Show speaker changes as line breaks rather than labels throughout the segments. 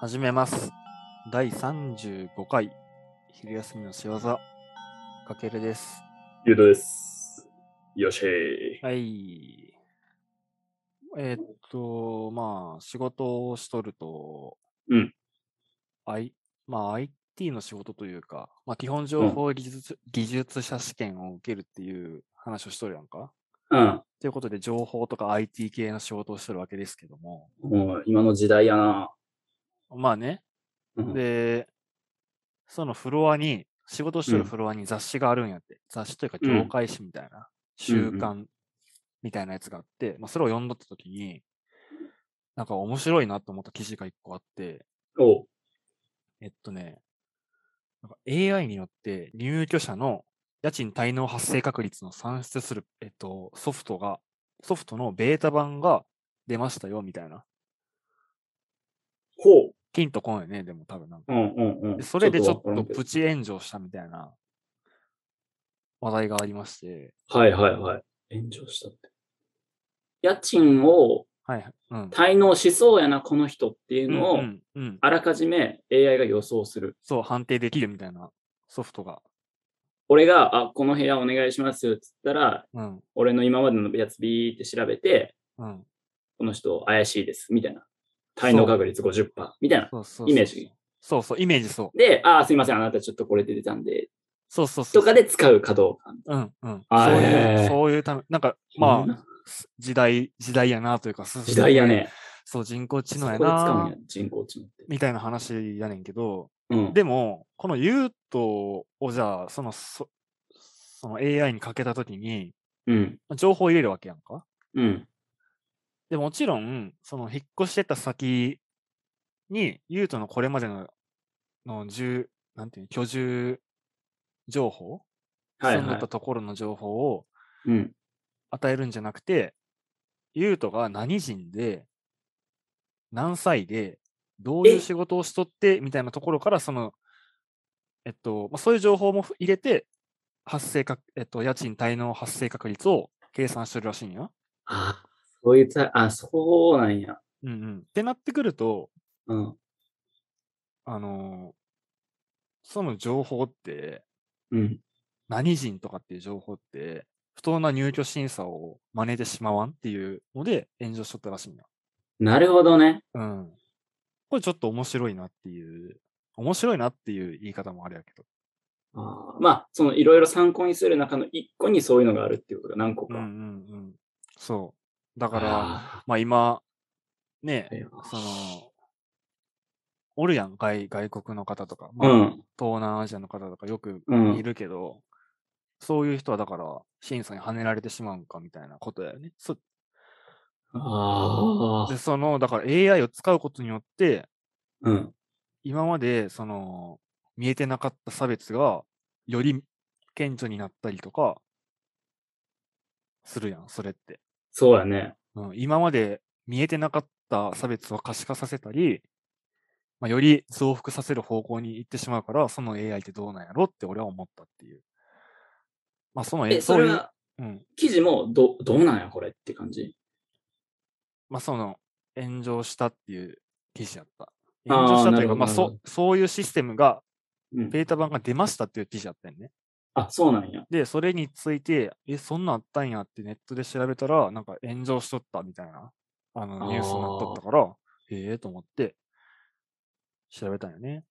始めます。第35回、昼休みの仕業、かけるです。
ゆうとです。よっしゃい。
はい。えーっと、まあ、仕事をしとると、
うん。
I、まあ、IT の仕事というか、まあ、基本情報技術,、技術者試験を受けるっていう話をしとるやんか。
うん。
ということで、情報とか IT 系の仕事をしとるわけですけども、
もう今の時代やな。
まあね、
うん、
で、そのフロアに、仕事して
う
る
ん
フロアに雑誌があるんやって、雑誌というか
うん
業界誌みたいな、週
うん
刊みたいなやつがあって、まあ、それを読んどった時に、なんか面白いなと思った記事が一個あって、
おう
えっとね、なんか AI によって入居者の家賃滞納発生確率の算出する、えっと、ソフトが、ソフトのベータ版が出ましたよ、みたいな。
ほ
金とこんやね、でも多分なんか
う。うんうんうん。
でそれでちょっ
わから
と
んけど
プチ炎上したみたいな話題がありまして、
はいはいはい。炎上したって。家賃を
はいはい。うん。
滞納しそうやな、この人っていうのを、
うんうんうん
あらかじめ AI が予想する。
そう、判定できるみたいなソフトが。
俺が、あ、この部屋お願いしますよって言ったら、
うん。
俺の今までのやつビーって調べて、
うん。
この人怪しいです、みたいな。滞納確率50%、みたいな。
そうそうそうそう
イメージ。
そうそう、イメージそう。
で、あ、すいません、あなたちょっとこれ出てたんで、
そうそうそう。
とかで使うかどうか。
うんうん。
あ
そうい
へ
う、
ー
そういうため、なんか、まあ、す時代、時代やなというか、す
時代や。ね。
そう、人工知
そ
能
こで
や
使うん
な
や、人工知能って。
みたいな話やねんけど、
うん。
でも、このユートをじゃあ、その、そその AI にかけたときに、
うん。
情報を入れるわけやんか。
うん。
で、もちろん、その引っ越してた先に、ユートのこれまでの、の住、なんていうの居住情報、
はい
住ん
は
で
い
た。ところの情報を
うん。
与えるんじゃなくて、ユートが何人で、何歳で、どういう
え
仕事をしとって、みたいなところから、その、えっと、まあ、そういう情報も入れて、発生か、えっと、家賃滞納発生確率を計算してるらしいんや。
あそういうた、あ、そうなんや。
うんうん。ってなってくると、
うん。
あのーその情報って、
うん。
何人とかっていう情報って、不当な入居審査を真似てしまわんっていうので炎上しとったらしいんだ。
なるほどね。
うん。これちょっと面白いなっていう、面白いなっていう言い方もあれやけど。
あーまあ、そのいろいろ参考にする中の一個にそういうのがあるっていうことが何
う
個
ん
か。
うんうん。そう。だから、
あ
まあ今、ね
ー、、
その、おるやん、外外国の方とか、ま
う
あ
ん。
東南アジアの方とかよく
う
い
ん。
るけど、そういう人はだから審査にはねられてしまうんかみたいなことだよね。そ
あ
で
あ。
そのだから AI を使うことによって
うん。
今までその見えてなかった差別がより顕著になったりとかするやんそれって、
そうやね。
うん。今まで見えてなかった差別を可視化させたり、まあ、より増幅させる方向に行ってしまうからその AI ってどうなんやろって俺は思ったっていう。まあその
え、そ
そうい
れ
う
は、
うん、
記事もど、どうなんや、これって感じ。
まあ、その、炎上したっていう記事だった。
あー
炎上したというか、
なるほど
まあ
なるほ
そ、そういうシステムが、
うん。
ベータ版が出ましたっていう記事だったよね。
あ、そうなんや。
で、それについて、え、そんなんあったんやってネットで調べたら、なんか炎上しとったみたいな、あの、ニュースになっとったから、ええと思って、調べたんよね。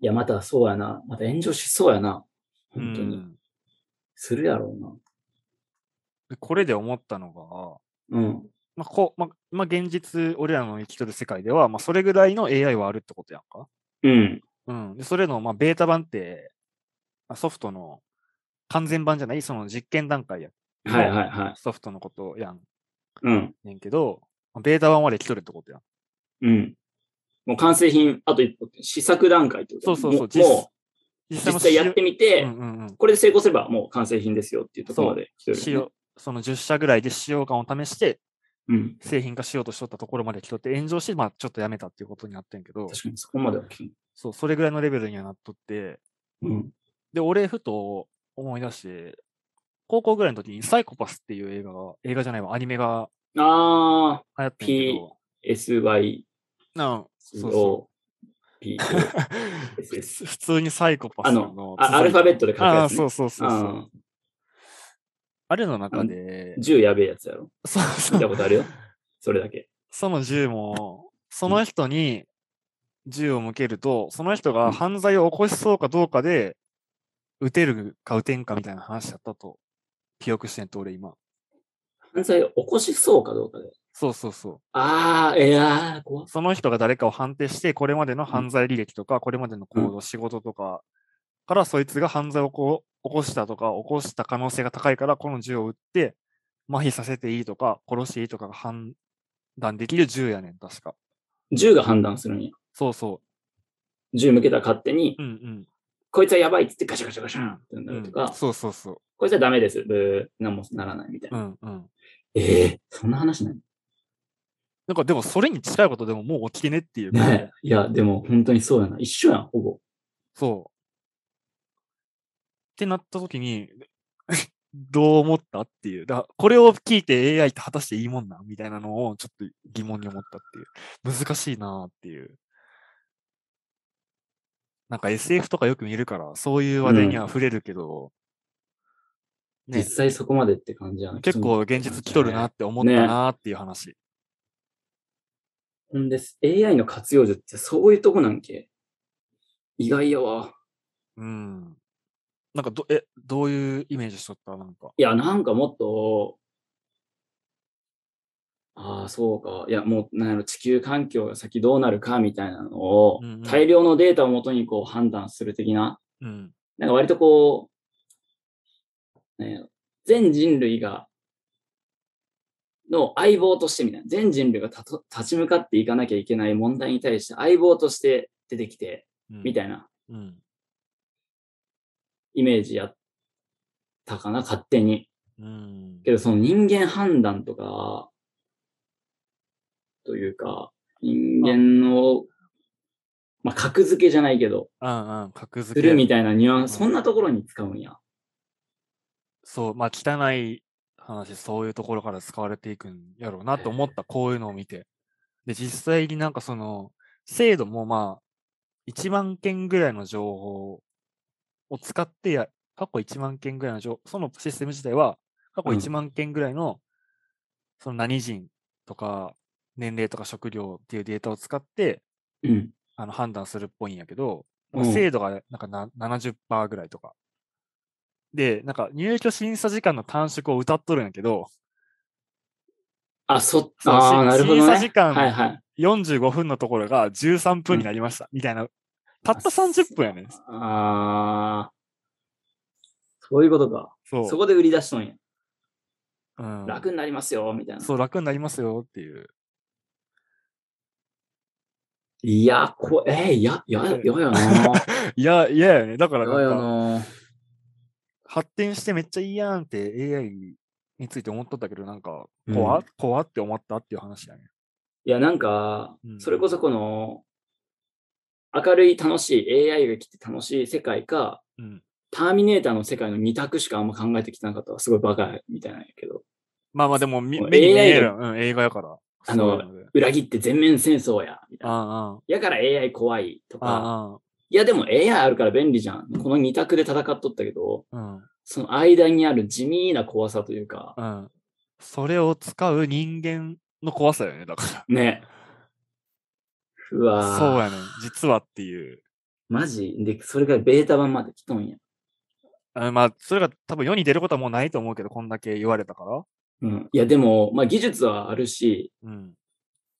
いや、またそうやな。また炎上しそうやな。本当に。
うん
するやろう
でこれで思ったのが、
な。うん。
まあ、こう、まあ、まあ、現実、俺らの生きとる世界では、まあ、それぐらいの AI はあるってことやんか。
うん。
うん。でそれの、まあ、ベータ版って、まあソフトの完全版じゃない、その実験段階や。
はいはいはい。
ソフトのことやん
うん。
ねんけど、まあベータ版まで来とるってことやん。
うん。もう完成品、あと一歩って、試作段階ってこと
そうそうそう。
もも
実
う、実際やってみて、
うんうんうん。
これで成功すればもう完成品ですよっていうところまで来てるよね
使用、その10社ぐらいで使用感を試して、
うん。
製品化しようとしとったところまで来とって、炎上して、まあ、ちょっとやめたっていうことになってんけど、
確かにそこまでは来てる。
そう、それぐらいのレベルにはなっとって、
うん。
で、俺、ふと思い出して、高校ぐらいの時にサイコパスっていう映画が、映画じゃないわ、アニメが
あ
流行ってんけど、
ー、SYO。
なあ、そうそう。
そ P、
普
SS。
通普通にサイコパス
あ
の
の
続
あ
き
アルファベットで書くやつね
ああ、そうそうそうそう
あ
あれの中で、
10やべえやつやろ。
そう
見
そ
た
う
ことあるよ。それだけ。
その銃も、その人に銃を向けると、その人が犯罪を起こしそうかどうかで、撃てるか撃てんかみたいな話だったと、記憶してんと、俺今。
犯罪を起こしそうかどうかで。
そうそうそ
ああ、いやー、怖
う。その人が誰かを判定して、これまでの犯罪履歴とか、これまでの行動、仕事とかから、そいつが犯罪をこう起こしたとか、起こした可能性が高いから、この銃を撃って、麻痺させていいとか、殺していいとかが判断できる銃やねん、確か。
銃が判断するんや。
そうそ
銃向けたら勝手に
う。、うん
こいつはやばいっつってガシャガシャガシャンって
う。
なん
う
る
ん
とか、
そうそうそう。
こいつはダメです。ブー、なんもならないみたいうな。
んうん。
ええそんな話ない
なんかでもそれに近いことでももう起きてねっていうか、
ねえ。いや、でも本当にそうやな。一緒やん、ほぼ。
そう。ってなった時に、 どう思ったっていう。だからこれを聞いて AI って果たしていいもんなんみたいなのをちょっと疑問に思ったっていう。難しいなっていう。なんか SF とかよく見るから、そういう話題には触れるけど、ね
実、際そこまでって感じやな。
結構現実来とるな
ね。
って思ったなっていう話。
ほんです。AI の活用術ってそういうとこなんけ。意外やわ。
うん。なんかど、え、どういうイメージしとったなんか。
いや、なんかもっと、ああ、そうか。いや、もう、なんやろ、地球環境が先どうなるかみたいなのを
うんうん、
大量のデータをもとにこう判断する的な、
うん。
なんか割とこう、なんやろ、全人類が、の相棒としてみたいな、全人類がたと立ち向かっていかなきゃいけない問題に対して相棒として出てきて、み
い
たいな
な。うん。
イメージやったかな、勝手に。
うん。
けど、その人間判断とか、というか、人間の、まあ、格付けじゃないけど、
うんうん。格
す
付
る
け。
みたいなニュアン
う
ス、
ん
そんなところに使うんや。
そう、まあ汚い話、そういうところから使われていくんやろうなと思った、こういうのを見て。で、実際になんかその、制度もまあ、1万件ぐらいの情報を使ってや、過去1万件ぐらいの情報、そのシステム自体は、過去
うん
1万件ぐらいの、その何人とか、年齢とか職業っていうデータを使って、
うん。
あの判断するっぽいんやけど、
うん
精度がなんかな70%ぐらいとか。で、なんか入居審査時間の短縮を歌っとるんやけど、
あ、そっ
そう
ああ、
し
なるほど、ね。
審査時間
はいはい。
45分のところが13分になりました、みたいな。たった30分やねん。
ああ、そういうことか。
そう。
そこで売り出しとんや。
うん、
楽になりますよ、みたいな。
そう、楽になりますよっていう。
いや、こえー、や、や、や やな。や
いや、いやよね。だから
や
なんか、
な。
発展してめっちゃいいやんって AI について思っとったけど、なんか、
うん
怖、怖って思ったっていう話だね。
いや、なんか
う、ん
それこそこの、明るい楽しい、AI が来て楽しい世界か、
うん。
ターミネーターの世界の二択しかあんま考えてきてなかったらすごいバカみたいなんやけど、
まあまあでも、み
もう
目に見
AI
える。うん、映画やから。
あの
そういうで
裏切って全面戦争や、みたいな。
あ
やから AI 怖いと
あ、あ
か、
あ、
いやでも AI あるから便利じゃん。この二択で戦っとったけど、
うん、
その間にある地味な怖さというか、
うん。それを使う人間の怖さよね、だか
ね。う
ら。
わ
そう
や。
やねん、実はっていう。
マジで、それがベータ版まで来とんや。
あまあ、それが多分世に出ることはもうないと思うけど、こんだけ言われたから。
うん。いやでも、まあ技術はあるし、
うん、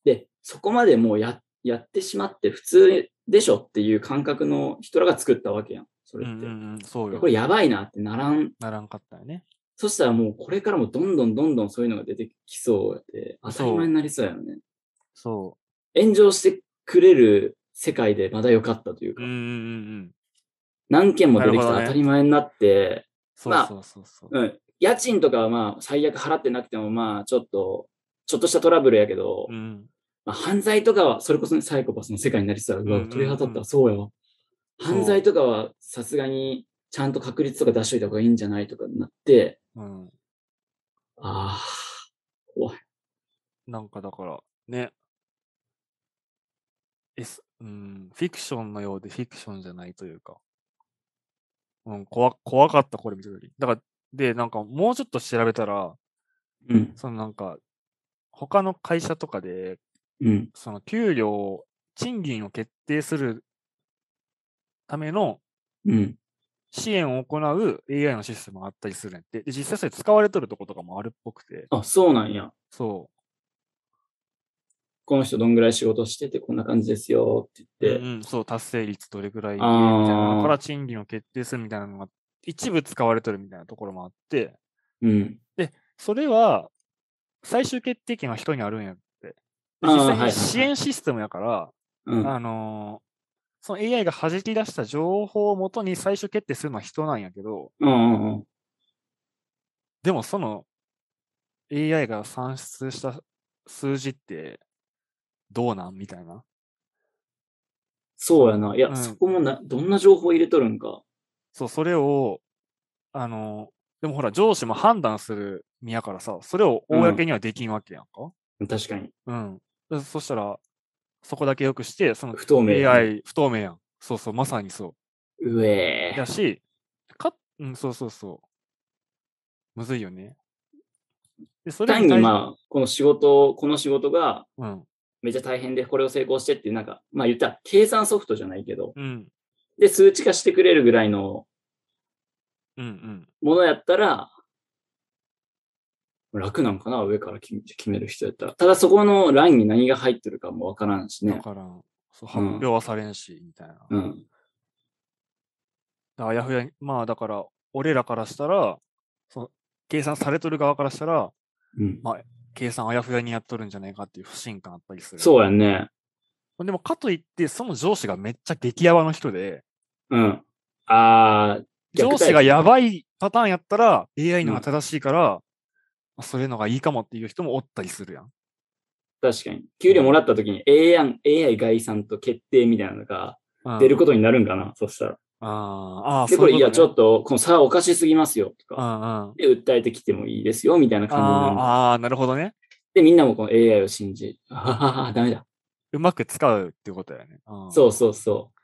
で、そこまでもうややってしまって普通でしょっていう感覚の人らが作ったわけやん、そうれ
ん
っ
う
て。
ん、うん、そうよ
こ。れやばいなってならん。
ならんかったよね。
そしたらもうこれからもどんどんどんどんそういうのが出てきそうやって、当たり前になりそうやよね。
そ
炎上してくれる世界でまだ良かったという
う。
か、
うん、うん、うんうん。
何件も出てきた
なるほど
ら
ね
当たり前になって、
そう
まあ
そうそうそう。
うん、家賃とかはまあ最悪払ってなくてもまあちょっと、ちょっとしたトラブルやけど、
うん、
まあ、犯罪とかは、それこそ、ね、サイコパスの世界になりそうだ。う
うんうんう
わ、
ん
鳥肌立った。そうやわ。
そう
犯罪とかは、さすがに、ちゃんと確率とか出しといた方がいいんじゃないとかになって、
うん。
ああ、怖い。
なんかだから、ね。S うん、フィクションのようでフィクションじゃないというか。うん、怖怖かった、これ見たとき。だから、で、なんかもうちょっと調べたら、
うん。
そのなんか、他の会社とかで、
うん。
その給料、賃金を決定するための
うん。
支援を行う AI のシステムがあったりするねんって。で、実際それ使われとるとことかもあるっぽくて。
あ、そうなんや。
そ
この人どんぐらい仕事しててこんな感じですよって
う。
言
う
っ
ん
て。
うん、そう、達成率どれぐらいで、み
あ
たい
ー
なのから賃金を決定するみたいなのが一部使われとるみたいなところもあって、
うん。
それは最終決定権は人にあるんやって。で
あー
実
はい
際
はいは
に
い
支援システムやから、
うん。
あのーその AI が弾き出した情報をもとに最終決定するのは人なんやけど、
うんうんうん。
でもその AI が算出した数字ってどうなんみたいな。
そうやな。いや、
うん
そこもな、どんな情報入れとるんか。
そう、それを、あの、でもほら、上司も判断する身やからさ、それを
うん
公にはできんわけやんか。
確かに。
うん。でそしたら、そこだけよくして、その
不透明やな。
AI、不透明やん。そうそう、まさにそうう。
え
だし、か、うん、そうそうそう。むずいよね。で、それ
単に
対し
まあ、この仕事を、この仕事が
うん、
めっちゃ大変でこれを成功してっていう、なんか、まあ言ったら計算ソフトじゃないけど、
うん、
で、数値化してくれるぐらいの
うん、うん。
ものやったら、楽なんかな上から決め決める人やったら。ただそこのラインに何が入ってるかもわからんし
だ
ね。
から、そう発
うん
表はされんし、みたいな。
うん。
だからやふやに、まあだから、俺らからしたら、その計算されとる側からしたら、
うん。
まあ計算あやふやにやっとるんじゃないかっていう不信感あったりする。
そうやんね。
でもかといって、その上司がめっちゃ激ヤバの人で、
うん。あー、
上司がやばいパターンやったら、AI の
う
が
ん
正しいから、まあそういうのがいいかもっていう人もおったりするやん。
確かに。給料もらった時に AI, AI 概算と決定みたいなのが
うん
出ることになるんかな、そしたら。
あーあー、
で、これ、
そう
い
いう
や、
こ
ちょ
と
っと、この差はおかしすぎますよ、と
ね。う
か。
んうん。
で、訴えてきてもいいですよ、みたいな感じになるんだ。
あーあー、なるほどね。
で、みんなもこの AI を信じ、あははは、ダメだ。
うまく使うってことだよね。うん
そうそうそう。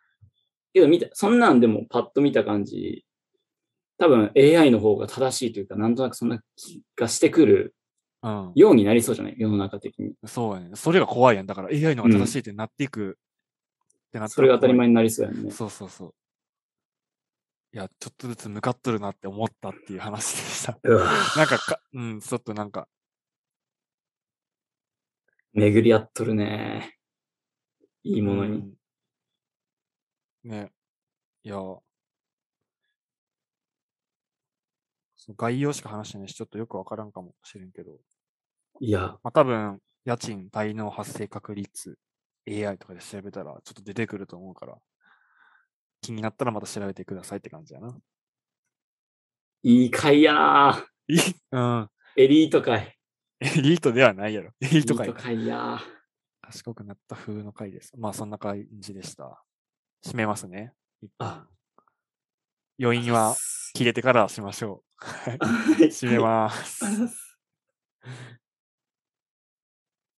けど見た、そんなんでもパッと見た感じ、多分 AI の方が正しいというか、なんとなくそんな気がしてくる
うん。
ようになりそうじゃない世の中的に。
そうやね。それが怖いやん。だから AI のが正しいってなっていく、ってなったら
それが当たり
怖
前になりそうやん
い
ね。
そうそうそう。いや、ちょっとずつ向かっとるなって思ったっていう話で した。なんかか、うん、ちょっとなんか、
巡り合っとるね。いいもの
う
に。
んね。いや、そう概要しか話してないし、ちょっとよくわからんかもしれんけど、
いや、
まあ多分、家賃、滞納発生確率、AI とかで調べたら、ちょっと出てくると思うから、気になったらまた調べてくださいって感じやな。
いい会やな。
いうん。
エリート会。
エリートではないやろ。エリ
エ
ートかい。
や。
賢くなった風の回です。まあそんな感じでした。締めますね。一旦
あ
余韻 は切れてからしましょう。締めます。
す。